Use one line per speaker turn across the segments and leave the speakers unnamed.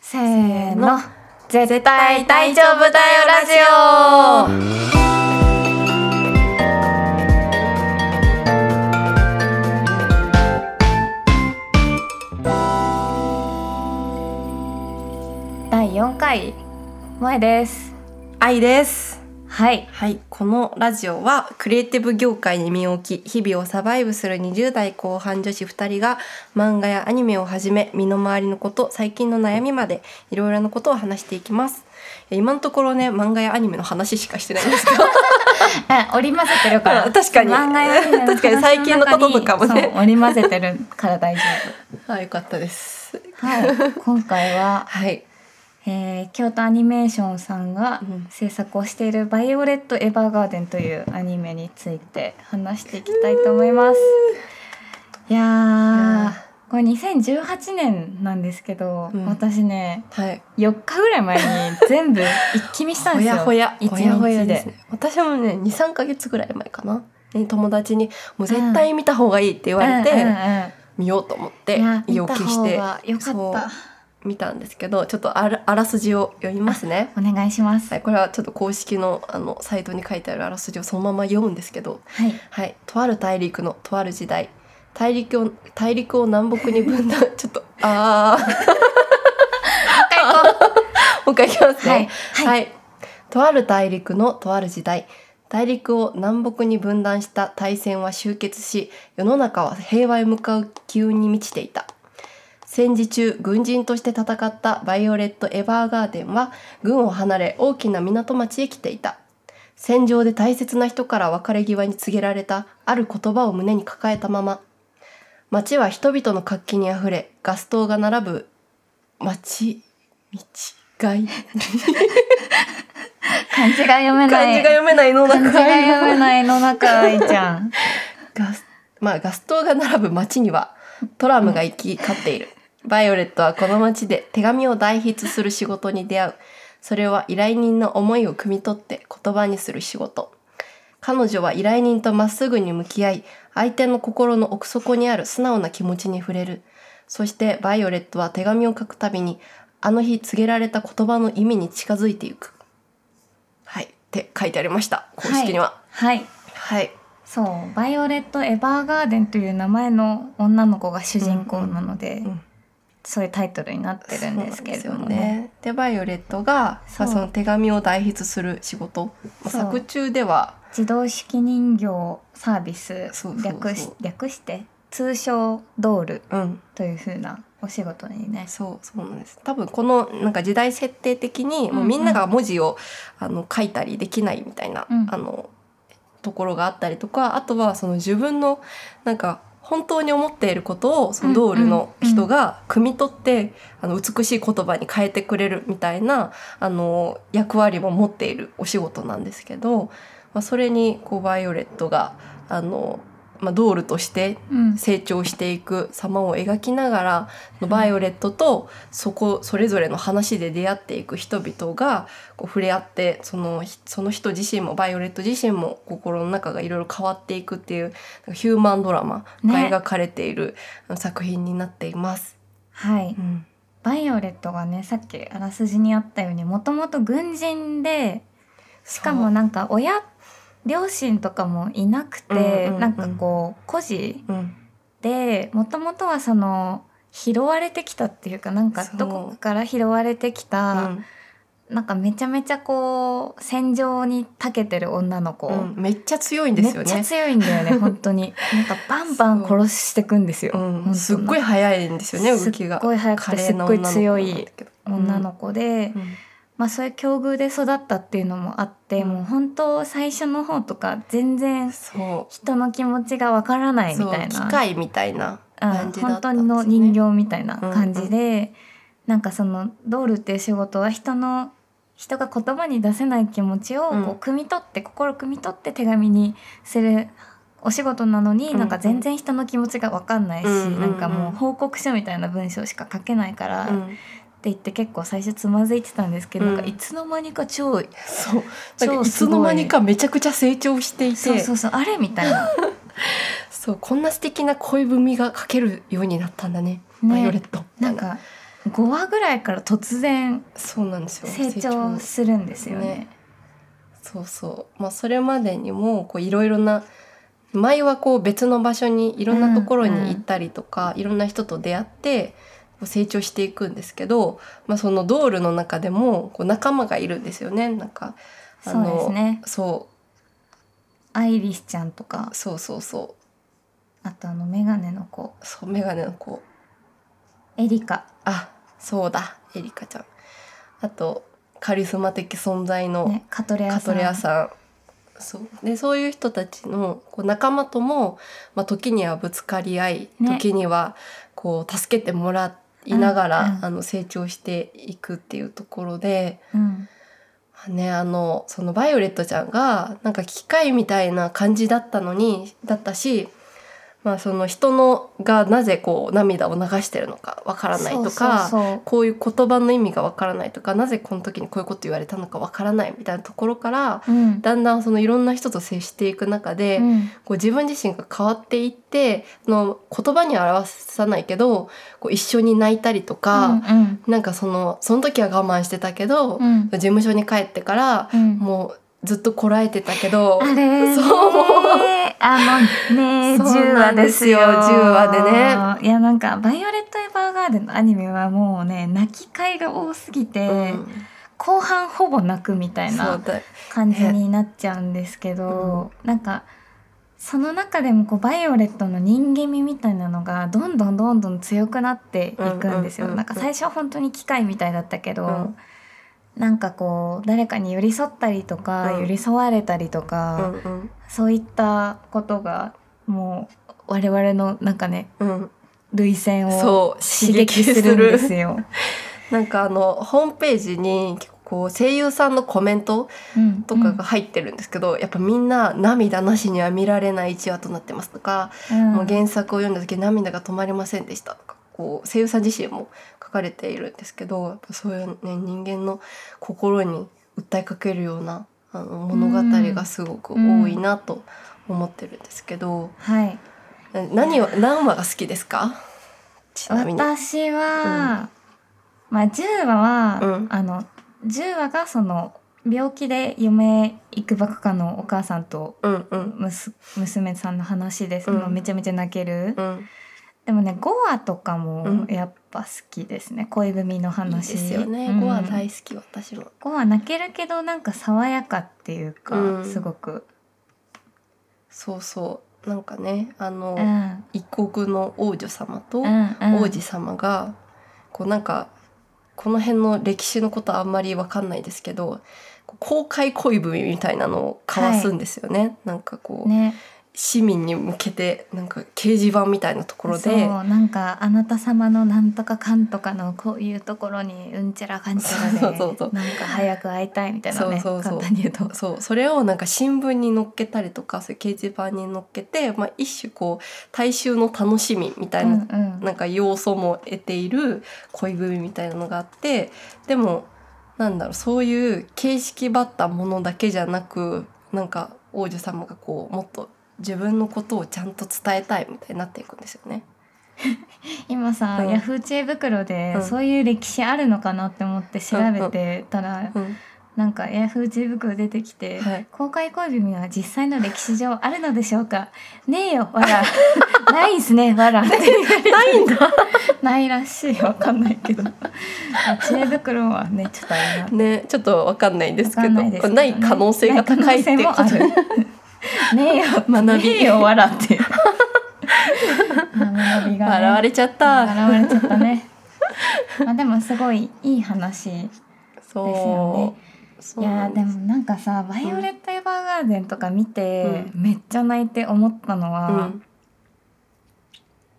せーの絶対大丈夫だよラジオ第4回萌です
愛です
はい
はいこのラジオはクリエイティブ業界に身を置き日々をサバイブする20代後半女子2人が漫画やアニメをはじめ身の回りのこと最近の悩みまでいろいろなことを話していきますえ今のところね漫画やアニメの話しかしてないんですけ ど
あ 織り交ぜてるから
うん確かに
漫画やアニメの話
確かに最近のこととかもね
中にそう織り交ぜてるから大丈
あよかったです
夫はい今回は
はい
えー京都アニメーションさんが
うん
制作をしている「バイオレット・エヴァーガーデン」というアニメについて話していきたいと思います。いやーこれ2018年なんですけど、
うん
私ね
はい
4日ぐらい前に全部一気見したん
ほ
ですよ
やほや
一日
ほやほや
で
ですね私もね23か月ぐらい前かなに友達に「もう絶対見た方がいい」って言われて、
うんうんうん
見ようと思って
いや
意を決して
見た方がよ
そう
かっ
見たんですけどちょっとあらあらすじを読みますね。
たお願いします。
は
はい
い、これはちょっと公式のあのサイトに書いてあるあらすじをそのまま読むんですけど、はい、とある大陸のとある時代大陸を大陸を南北に分断 ちょっとああもう一回いきますね。
はいはい
はい、とある大陸のとある時代大陸を南北に分断した大戦は終結し世の中は平和へ向かう機運に満ちていた戦時中軍人として戦ったバイオレット・エヴァーガーデンは軍を離れ大きな港町へ来ていた戦場で大切な人から別れ際に告げられたある言葉を胸に抱えたまま町は人々の活気にあふれガス灯が並ぶ町道がい
漢字が読めな
漢
い
字が読めないの
漢字が
中
読めないの中愛ちゃん。
ガスまあガス灯が並ぶ町にはトラムが行き交っているバイオレットはこの町で手紙を代筆する仕事に出会うそれは依頼人の思いを汲み取って言葉にする仕事彼女は依頼人とまっすぐに向き合い相手の心の奥底にある素直な気持ちに触れるそしてバイオレットは手紙を書くたびにあの日告げられた言葉の意味に近づいていくはいって書いてありました 公式には
はい。
はい、
そう、バイオレット・エヴァーガーデンという名前の女の子が主人公なので、
うん
そういうタイトルになってるんですけれども
そうなんですよ
ね。
ね。でバイオレットが
そ
ま
う
あその手紙を代筆する仕事、まあ
そう
作中では
自動式人形サービス
そうそうそう
略し略して通称ドール
うん
という風なお仕事にね。
そうそうなんです多分このなんか時代設定的に、
うん
も
う
うんみんなが文字をあの書いたりできないみたいな、
うん
あのところがあったりとかあとはその自分のなんか本当に思っていることをそのドールの人が汲み取って、あの美しい言葉に変えてくれるみたいなあの役割も持っているお仕事なんですけど、まあ、それにこうバイオレットがあの、まあ、ドールとして
うん、
成長していく様を描きながらバイオレットとそこそれぞれの話で出会っていく人々がこう触れ合ってそのその人自身もバイオレット自身も心の中がいろいろ変わっていくっていうなんかヒューマンドラマが
ね
描かれている作品になっています。
はい。
うん
バイオレットがね、さっきあらすじにあったように、もともと軍人で、しかもなんか親両親とかもいなくて、
うんうんうん
なんかこう孤児
そう、うん
でもともとはその拾われてきたっていうかなんか
そう
どこかから拾われてきた、なんかめちゃめちゃこう戦場に長けてる女の子、
うんめっちゃ強いんで
め
す
っ
よ
ちゃ
ね。
強いんだよね 本当になんかバンバン殺してくんですよ、本当
う
の
ん、すっごい早いんですよね動き
すっ
が。
ごい速く
華
てす
麗
っ
な
ごい
女の子
強
なん
い
だけど
女の子で、
うん
まあそういう境遇で育ったっていうのもあって、
うん
もう本当最初の方とか全然
そう
人の気持ちがわからないみ
そう
たいな
機械みたいな
うん
感じだ
本
った
当
んですよね
の人形みたいな感じで、なんかそのドールっていう仕事は人の人が言葉に出せない気持ちを
うん
こう汲み取って、心を汲み取って手紙にするお仕事なのに、
うんうん
なんか全然人の気持ちが分かんないし、
うんうんうん
なんかもう報告書みたいな文章しか書けないから、
う
って言
ん
って結構最初つまずいてたんですけど、
うん
なんかいつの間にか超
そうなん
超
かい
す
つ
ごい
の間にかめちゃくちゃ成長していてそ
そううそうそうあれみたい な
こんな素敵な恋文が書けるようになったんだね
ね
バイオレットみた
ないんか5話ぐらいから突然
そうなんですよ
成長するんですよね。
ねそうそうまあそれまでにもこういろいろな前はこう別の場所にいろんなところに行ったりとか、いろんな人と出会ってこう成長していくんですけど、まあ、そのドールの中でもこう仲間がいるんですよねなんかあ
そう
の
ですね。
そ
アイリスちゃんとか
うそうそうそ
あとあのメガネの子
うそうメガネの子
エリカ
あそうだエリカちゃんあとカリスマ的存在の、
ねカトレア
カ
さ
ト
ん
レアさんそうでそういう人たちのこう仲間とも、まあ、時にはぶつかり合い、
ね
時にはこう助けてもらいながら、
うんうん
あの成長していくっていうところで、
うん
まあね、あのそのバイオレットちゃんがなんか機械みたいな感じだったのにだったし、まあ、その人のがなぜこう涙を流してるのかわからないとか。
そうそうそう
こういう言葉の意味がわからないとかなぜこの時にこういうこと言われたのかわからないみたいなところから
うん
だんだんそのいろんな人と接していく中で、
うん
こう自分自身が変わっていってその言葉には表さないけどこう一緒に泣いたりとか、
うん
なんかそのその時は我慢してたけど、
うん
事務所に帰ってから、
うん
もうずっとこらえてたけど。
あれね
そう
あのね
そう
10
な
話
んで
ですす
よ
よ
10話
でねいやなんか「バイオレット・エヴァーガーデン」のアニメはもうね泣き会が多すぎて、
うん
後半ほぼ泣くみたい
そう
な
だ
感じになっちゃうんですけど、なんかその中でもこうバイオレットの人間味みたいなのがどんどんどんどん強くなっていくんですよ、
うんうんうんうん
なんか最初は本当に機械みたいだったけど、
うん
なんかこう誰かに寄り添ったりとか、
うん
寄り添われたりとか、
うんうん
そういったことがもう我々のなんかね
うん、
涙腺を
そう
刺激するんですよ。
なんかあのホームページに結構こう声優さんのコメント
うん
とかが、入ってるんですけど、やっぱみんな涙なしには見られない1話となってますとか、
うん
もう原作を読んだ時涙が止まりませんでしたとかこう声優さん自身も書かれているんですけどやっぱそういうね人間の心に訴えかけるようなあの物語がすごく多いなと思ってるんですけど、
はい、
何を何話が好きですかちなみに。
私は、まあ10話は、
うん
あの10話がその病気で嫁いくばくかのお母さんと
うんうん
むす娘さんの話です、
うん
めちゃめちゃ泣ける、
うん、
でもね5話とか
うん
もやっぱ好きですね、恋文の
いいで
話
すよね。
うん
5話大好き私も。
こうは泣けるけどなんか爽やかっていうか、
うん
すごく、
そうそうなんかねあの、
うんうん
一国の王女様と
うん、
王子様がこうなんかこの辺の歴史のことはあんまりわかんないですけどこう公開恋文みたいなのを交わすんですよね、なんかこう、
ね
市民に向けてなんか掲示板みたいなところ
そう
で
なんかあなた様のなんとかかんとかのこういうところにうんちゃらかんちゃらで
そうそうそう
なんか早く会いたいみたいなね
そうそうそう
簡単に言うと
そうそれをなんか新聞に載っけたりとかそういう掲示板に載っけて、まあ、一種こう大衆の楽しみみたいな
うんうん
なんか要素も得ている恋文みたいなのがあってでもなんだろうそういう形式ばったものだけじゃなくなんか王女様がこうもっと自分のことをちゃんと伝えたいみたいになっていくんですよね。
今さ、
うん
ヤフー知恵袋で、
うん
そういう歴史あるのかなって思って調べてたら、
うん、
なんかヤフー知恵袋出てきて、
はい
公開恋文は実際の歴史上あるのでしょうかねえよわ らないんすねわら
ないんだ
ないらしいわかんないけ ど知恵袋はねちょっとあれな
ねちょっとわかんないですけど
わかんない
ない
ですけどね
可能性が高いっていうこと
ない可能性も あるねえよ
学び
ねえよわらって いうあ学びが、ね、
現れちゃった。
現れちゃったねまあでもすごいいい話
そう
ですよ
そ
いう
な
や
ん
ー
で
ですもなんかさ「バイオレット・エヴァーガーデン」とか見て、めっちゃ泣いて思ったのは、
うん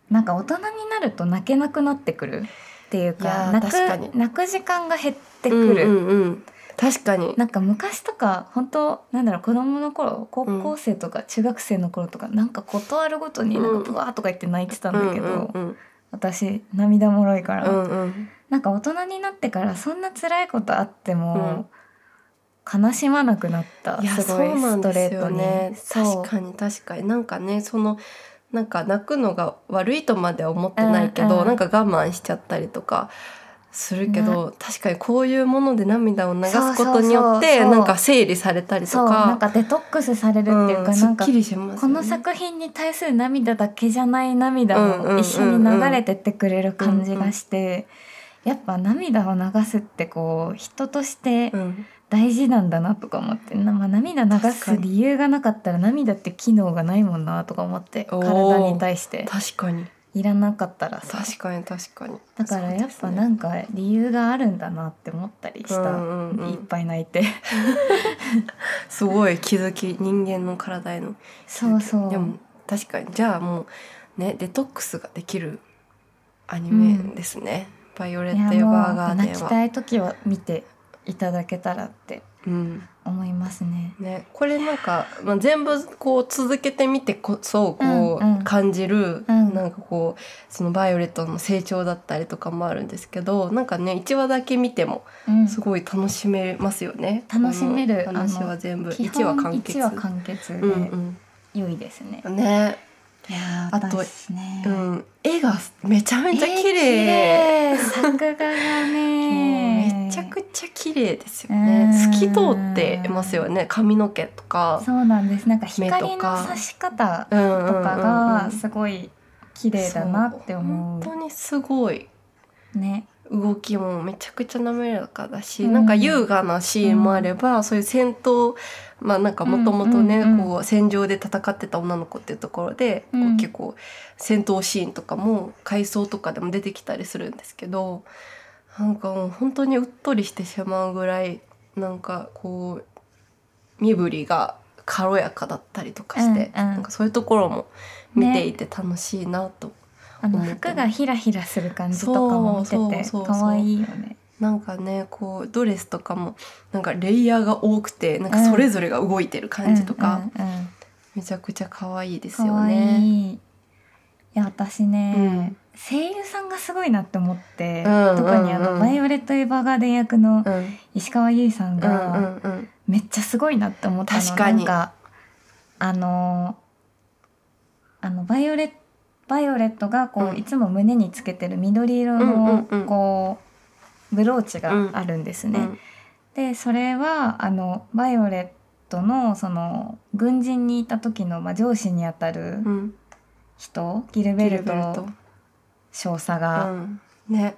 なんか大人になると泣けなくなってくるっていう
いや
か
ー
泣
確かに
く泣く時間が減って
う
く
ん
る、
うんうん確かに
なんか昔とか本当なんだろう子供の頃高校生とか中学生の頃とか、なんかことあるごとになんかブワーとか言って泣いてたんだけど、
うんうん
私涙もろいから、
うんうんうん
なんか大人になってからそんな辛いことあって
うん
も、悲しまなくなった
いや
すごい
そうな
ス
ん
トレ
です
ート
よ
に
ね
そう
確かに確かになんかねそのなんか泣くのが悪いとまでは思ってないけど、
うんうん
なんか我慢しちゃったりとかするけど、確かにこういうもので涙を流すこ
そうそ
と
うそう
によって
そう
なんか整理されたりと
そうなん
か
かデトックスされるっていうか、
うんす
なん
っ
か
きりします
こ
よね
の作品に対する涙だけじゃない涙
うんうんうんう
も
ん
一緒に流れてってくれる感じがして、やっぱ涙を流すってこう人として
うん
大事なんだなとか思って、なまあ、涙流
確か
す
に
理由がなかったら涙って機能がないもんなとか思って
おー
体に対して
確かに
いらなかったらさ
確かに確かに
だからやっぱ
ん
なんか理由があるんだなって思ったりした、
うんうんうん
いっぱい泣い て
すごい気づき人間の体への
そうそう
でも確かにじゃあもうねデトックスができるアニメですね「バイオレ
いや
ット・エヴ
もう
ァーガーデ
泣
ン
き
は」
たい時は見ていただけたらって
うん
思いますね。
ね、これなんか、まあ、全部こう続けてみてこそこ
うんうん
う感じる、
うん
なんかこうその「バイオレット」の成長だったりとかもあるんですけどなんかね1話だけ見ても
うん、
すごい楽しめますよね。
楽しめる
この話
あ
は
の
全部
基
1話
本
完結。
一話完結
うん
で良いですね。
うん、ね、
いやー
あと
私ね、
うん、絵がめちゃめちゃ
えー
綺
綺
麗。
麗作画がね
もうめちゃくちゃ綺麗ですよね。
うん
透き通ってますよね。髪の毛とか。
そうなんですなんか
目
光
と
の
か
差し方
うんうんうん
と
うん
かがすごい綺麗だなって思
そう本当にすごい。
うね
動きもめちゃくちゃ滑らかだし、
うん
なんか優雅なシーンもあれば、そういう戦闘まあなんかもともとね、
うんうんうん
こう戦場で戦ってた女の子っていうところで、こう
うん
結構戦闘シーンとかも回想とかでも出てきたりするんですけどなんかもう本当にうっとりしてしまうぐらいなんかこう身振りが軽やかだったりとかして、
うんうん
なんかそういうところも見ていて楽しいなと、
あの
思って
服がヒラヒラする感じとかも見てて
そうそうそうそう
可愛いよね
なんかねこうドレスとかもなんかレイヤーが多くてなんかそれぞれが動いてる感じとか、
うんうんうん
めちゃくちゃ可愛いです
可愛
よね。
いいや私ね、
うん
声優さんがすごいなって思って、
うんうんうん
特にあのバイオレット・エヴァーガーデン役の
うん
石川優衣さん
うんう
が
んうん
めっちゃすごいなって思ったの、
確かに
なんかあのあのバイオレバイオレットがこう、
うん
いつも胸につけてる緑色の
うんうんうん
こう、ブローチがあるんですね。でそれはあのバイオレットのその軍人にいた時の、まあ、上司にあたる
うんうん
人ギルベルト少佐
う
が
んね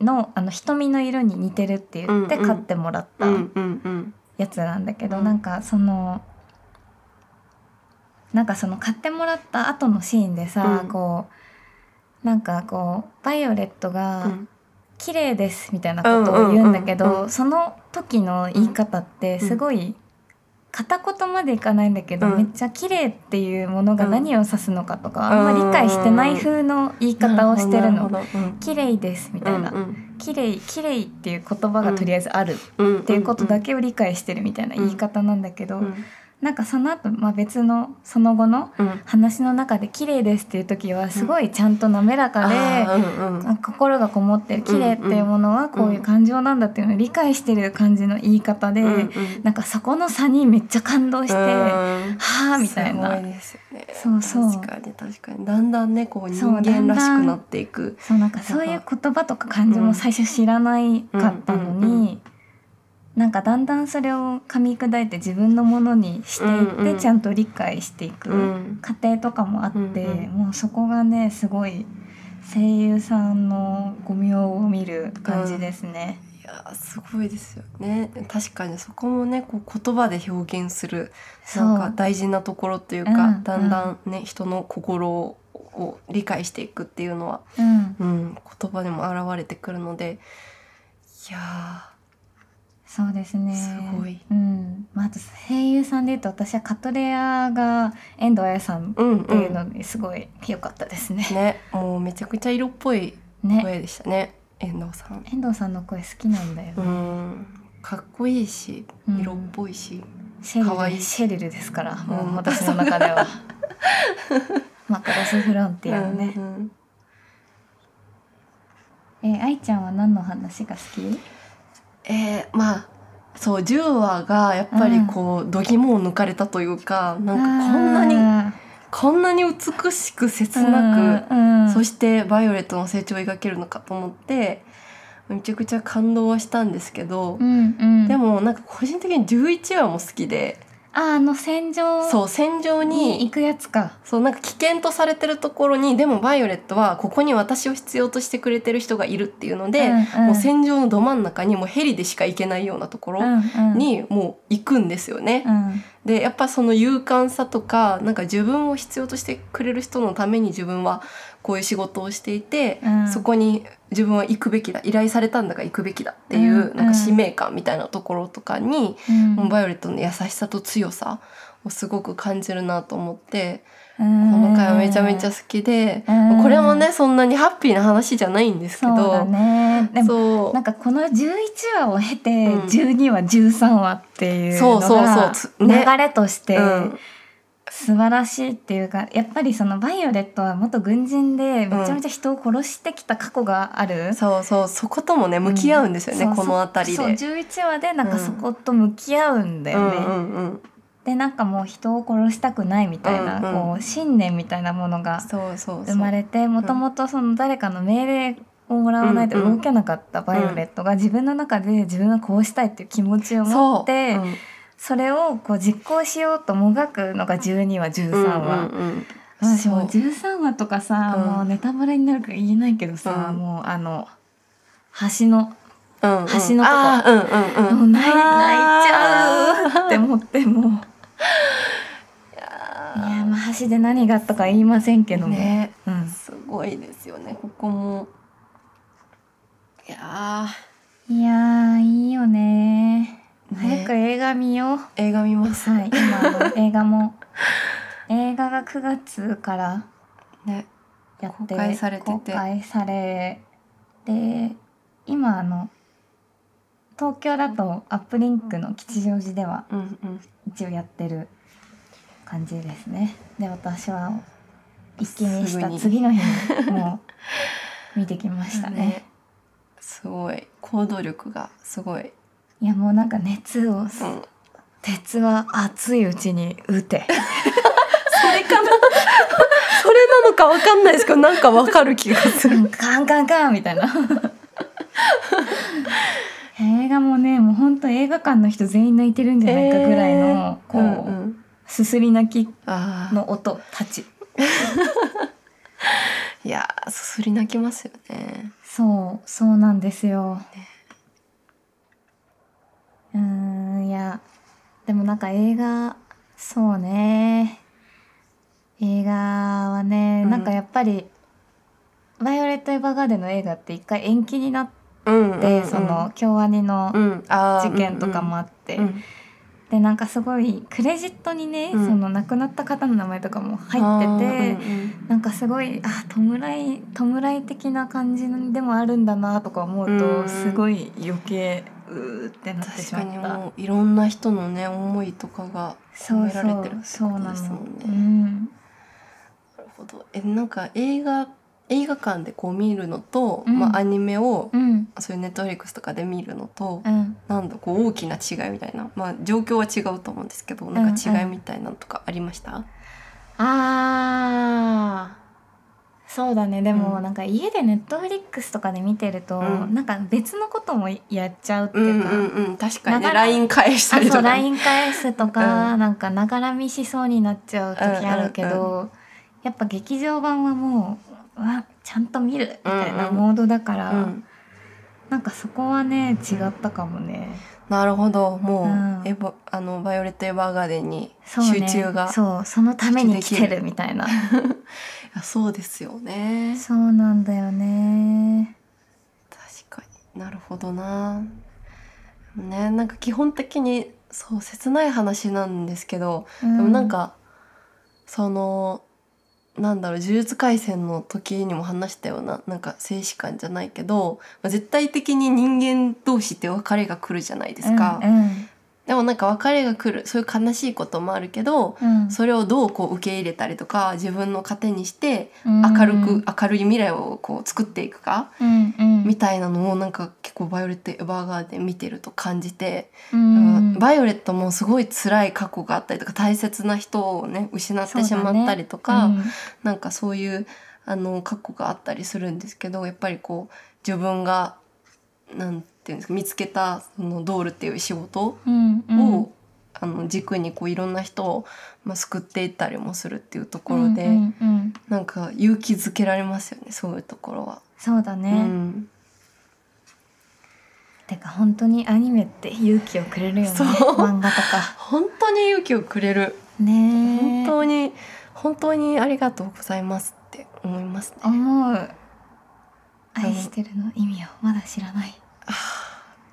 の,、あの瞳の色に似てるって言って
うんうん
買ってもらった
うんうんうん
やつなんだけど、
うん
なんかそのなんかその買ってもらった後のシーンでさ、
うん
こうなんかこうバイオレット
う
が
ん
「綺麗です」みたいなことを言うんだけど、
うんうんうんうん
その時の言い方ってすごい、片言までいかないんだけど、
うん
めっちゃ綺麗っていうものが何を指すのかとか、あんま理解してない風の言い方をしてるの。
なほどうん
綺麗ですみたいな、
うんうん
綺麗綺麗っていう言葉がとりあえずあるっ
うん
ていうことだけを理解してるみたいな
うん
言い方なんだけど、
うん
なんかその後、まあ別のその後の
うん
話の中で綺麗ですっていう時はすごいちゃんと滑らかで、
あーうんうん
なんか心がこもってる綺麗っていうものはこういう感情なんだっていうのを理解してる感じの言い方で、
うんうん
なんかそこの差にめっちゃ感動して、は
うん
あみたい
す
な
ごいですよね
そうそう
確かに確かにだんだんねこう人
そうだ
間
んだ
ら
ん
しくなっていく
そうなんかそういう言葉とか感情も最初知らないかったのに、
うんうんう
なんかだんだんそれを噛み砕いて自分のものにしていって、
うんうん
ちゃんと理解していく過程とかもあって、
うんうん
もうそこがねすごい声優さんのご妙を見る感じですね。
いやーすごいですよね確かにそこもねこう言葉で表現する
そう
なんか大事なところというか、
うんうん
だんだんね人の心をを理解していくっていうのは、
うん、
うん、言葉にも現れてくるのでいや
そうですね。
すごい。
うん、まあ、あと声優さんで言うと、私はカトレアが遠藤彩さんっ
ーうん、
ていう
うん
のですごい良かったですね。
ねもうめちゃくちゃ色っぽい
ね、
声でしたね遠藤さん。
遠藤さんの声好きなんだよ。
うんかっこいいし
うん
色っぽいし、
シェリ
かわい
ル
い
シェリルですから、も
うん
う私の中で は。マクロスフロンティアのね。
うんうん
えー、愛ちゃんは何の話が好き？
えー、まあそう10話がやっぱりこう、度肝を抜かれたというかなんかこんなに
な
こんなに美しく切なく、
く
そ
て
してバイオレットの成長を描けるのかと思ってめちゃくちゃ感動はしたんですけど、
うんうん、
でもなんか個人的に11話も好きで、
ああの戦場
そう戦場
に
に
行くやつか
そうなんか危険とされてるところにでもバイオレットはここに私を必要としてくれてる人がいるっていうので、
うんうん
もう戦場のど真ん中にもうヘリでしか行けないようなところにもう行くんですよね。
うんうん
でやっぱその勇敢さとかなんか自分を必要としてくれる人のために自分はこういう仕事をしていて、
うん
そこに自分は行くべきだ依頼されたんだから行くべきだってい
うんう
うんなんか使命感みたいなところとかに、
うん
もうバイオレットの優しさと強さをすごく感じるなと思って、
こ
この回はめちゃめちゃ好きで、これもねそんなにハッピーな話じゃないんですけ
そうだ
ど。
ねでも
そう
なんかこの11話を経て
うん
12話13話っていう
そ
の
うそうそう
が
つね
流れとして
うん
素晴らしいっていうかやっぱりそのバイオレットは元軍人でめちゃめちゃ人を殺してきた過去がある。
そうそうそこともね向き合うんですよね、
そう
この辺りで。
そう11話でなんか
うん
そこと向き合うんだよね、
うんうんうん、
でなんかもう人を殺したくないみたいな、
うんうん
こう信念みたいなものが
そうそうそう
生まれてもともとその誰かの命令をもらわないと動けなかったバイオレットが自分の中で自分はこうしたいっていう気持ちを持
そう
って
うん
それをこう実行しようともがくのが12話13話。
うんうんうん
私も
そう
13話とかさ、
うん
もうネタバレになるから言えないけどさ、
うん
もうあの橋の
うんうん、
橋のとこ
あーうんうんうん
もう泣い泣いちゃうって
も
思ってもういやまあ橋で何があったか言いませんけども、
ね
うん
すごいですよねここもいや
いやーいいよね
ね
早く映画見よう、
ー映画見ます
はい今あの映画も 映画が9月から
ね
やって
公開されてて
公開されで今あの東京だとアップリンクの吉祥寺では
うんうん
一応やってる感じですねで私は一気にした
すぐ
次の日にもう見てきま したね
すごい行動力がすごい、
いやもうなんか熱を
う
す
ん、
鉄は熱いうちに打て
それなのかわかんないですけどなんかわかる気がする
うんカンカンカンみたいな映画もねもうほんと映画館の人全員泣いてるんじゃないかぐらいの、こう、
うんうん、
すすり泣き
ああ
の音たち
いやーそそり泣きますよね
そうそうなんですよ、うーんいやでもなんか映画そうね映画はね、
うん
なんかやっぱり「バイオレット・エヴァーガーデン」の映画って一回延期になって、
うんうんうん
その京アニの
うん、あー
事件とかもあって、
うんうん
でなんかすごいクレジットにね、
うん
その亡くなった方の名前とかも入ってて。
あーうんうん
なんかすごいあ弔い弔い的な感じでもあるんだなとか思う
う
と
ん
すごい余計うーってなって
確
しま
かに
った
もういろんな人のね思いとかが
そう
込
そ
められてる
う
って
そう
こと
な
ですも
の
んね、
う
なんるほどえなんか映画映画館でこう見るのと、
うん
まあ、アニメを、
うん
そういうネットフリックスとかで見るのと、
うん
なんだこう大きな違いみたいなまあ状況は違うと思うんですけどなんか違いみたいなのとかありました、
あーそうだねでも、
うん
なんか家でネットフリックスとかで見てると、
うん
なんか別のこともやっちゃうって
うん
いううか、
んうん確かにね
ながら
LINE 返 した
あ
りと
そう
かね、
LINE 返すとか、
う
なんかながら見しそうになっちゃう時あるけど、やっぱ劇場版はもううわちゃんと見るみたいな
うんうん
モードだから、
うん、
なんかそこはね違ったかもね。
なるほどもう、
うん
エヴァあのバイオレット・エヴァーガーデンに
そう
集
ね
中が
そうそのために来てるみたいな
いやそうですよね
そうなんだよね
確かになるほどなねなんか基本的にそう切ない話なんですけど、
で
でもなんかそのなんだろう呪術廻戦の時にも話したようななんか静止感じゃないけど、まあ、絶対的に人間同士って別れが来るじゃないですか、
うん
でもなんか別れが来るそういう悲しいこともあるけど
うん
それをどうこう受け入れたりとか自分の糧にして
うん
明るく明るい未来をこう作っていくか
うんうん
みたいなのをなんか結構バイオレット・エヴァーガーデン見てると感じて、
うん
バイオレットもすごい辛い過去があったりとか大切な人をね失ってしまったりとか、なんかそういうあの過去があったりするんですけどやっぱりこう自分がなんていうんですか見つけたそのドールっていう仕事を、
うんうん、
あの軸にこういろんな人を、まあ、救っていったりもするっていうところで、
うんうんうん
なんか勇気づけられますよねそういうところは。
そうだね、
うん
てか本当にアニメって勇気をくれるよね
そう
漫画とか
本当に勇気をくれる、
ね
本当
に
に本当にありがとうございますって思いますね。
思う愛してるの意味をまだ知らない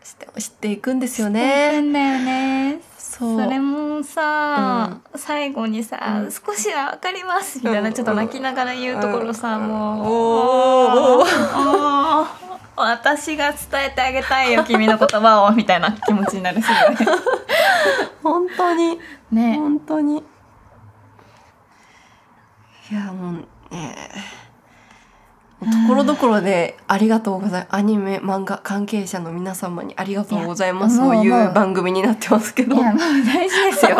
して知っていくんですよ
知って
ね。
んだよね
そ
そうれもさ、最後にさ、
うん
少しは分かりますみたいな、
うん
ちょっと泣きながら言うところさ、
うん
もう、
お
もう
ー
私が伝えてあげたいよ君の言葉をみたいな気持ちになるすぐ
本当に
ねね
本当にいやもうねところどころでありがとうございますアニメ漫画関係者の皆様にありがとうございます
いや
そうい
もうも
う
う
番組になってますけ
い
ど
やもう大事で すよ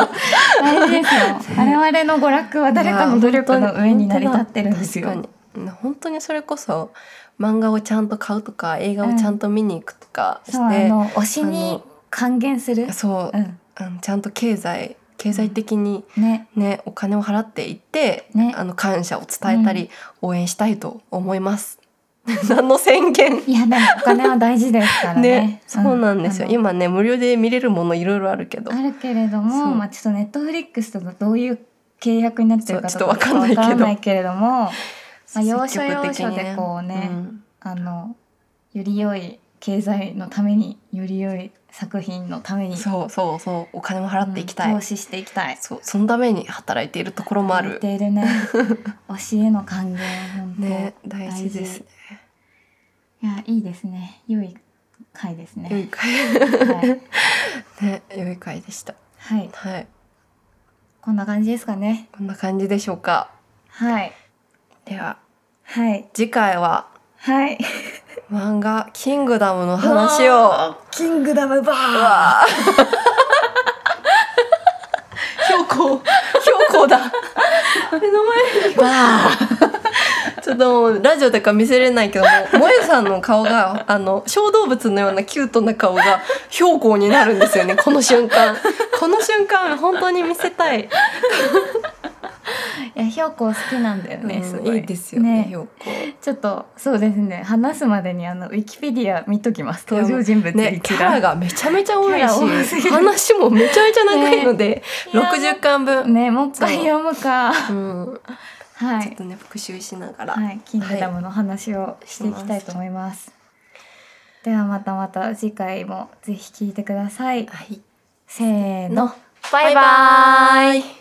大事ですよ我々の娯楽は誰かの努力の上に成り立ってるんですよ
いや本当に本当にそれこそ漫画をちゃんと買うとか映画をちゃんと見に行くとかして、
そうあの推しに還元する
そう
うん
あのちゃんと経済経済的に
ね
ねお金を払っていって、
ね
あの感謝を伝えたり、応援したいと思います。 何の宣言
いやでもお金は大事ですから
ね
ね
そうなんですよ、
あの
今ね無料で見れるものいろいろあるけど
あるけれど
そう
も、まあ、ちょっとネットフリックスとかどういう契約になってるか
そう
と
ち
か
ょっとわかんないけど
わからないけれども、まあ、
積
要
極
所要所でこうね
うん
あのより良い経済のためにより良い作品のために
そうそうそうお金も払っていきたい、
うん投資していきたい。
そうそのために働いているところもある
言ってい るね教えの還元本当、
ね大事ですね
いやいいですね良い回ですね。
良い会
はい、
ね良い会でした
はい、
はい
こんな感じですかね。
こんな感じでしょうか
はい
では
はい
次回は
はい。
漫画キングダムの話を
キングダムバー。
わあ。標高標高だ。目の前にちょっともうラジオだから見せれないけども、もえさんの顔があの小動物のようなキュートな顔が標高になるんですよね。この瞬間、この瞬間本当に見せたい。
いや、ひょうこ好きなんだよね。すご
いいですよね。標高。
ちょっと、そうですね。話すまでに、あの、ウィキペディア見ときます。登場人物
ね、キャラ
が。
がめちゃめちゃ多い
キャラ多すぎ
し、
る
話もめちゃめちゃ長いので、
ね
60巻分。
ね、もう一回読むか。
うん。
は
ちょっ
い。
とね復習しながら、
はい、キングダムの話をしていきたいと思います。では、またまた次回も、ぜひ聞いてください。
はい、
せーの。
バイバーイ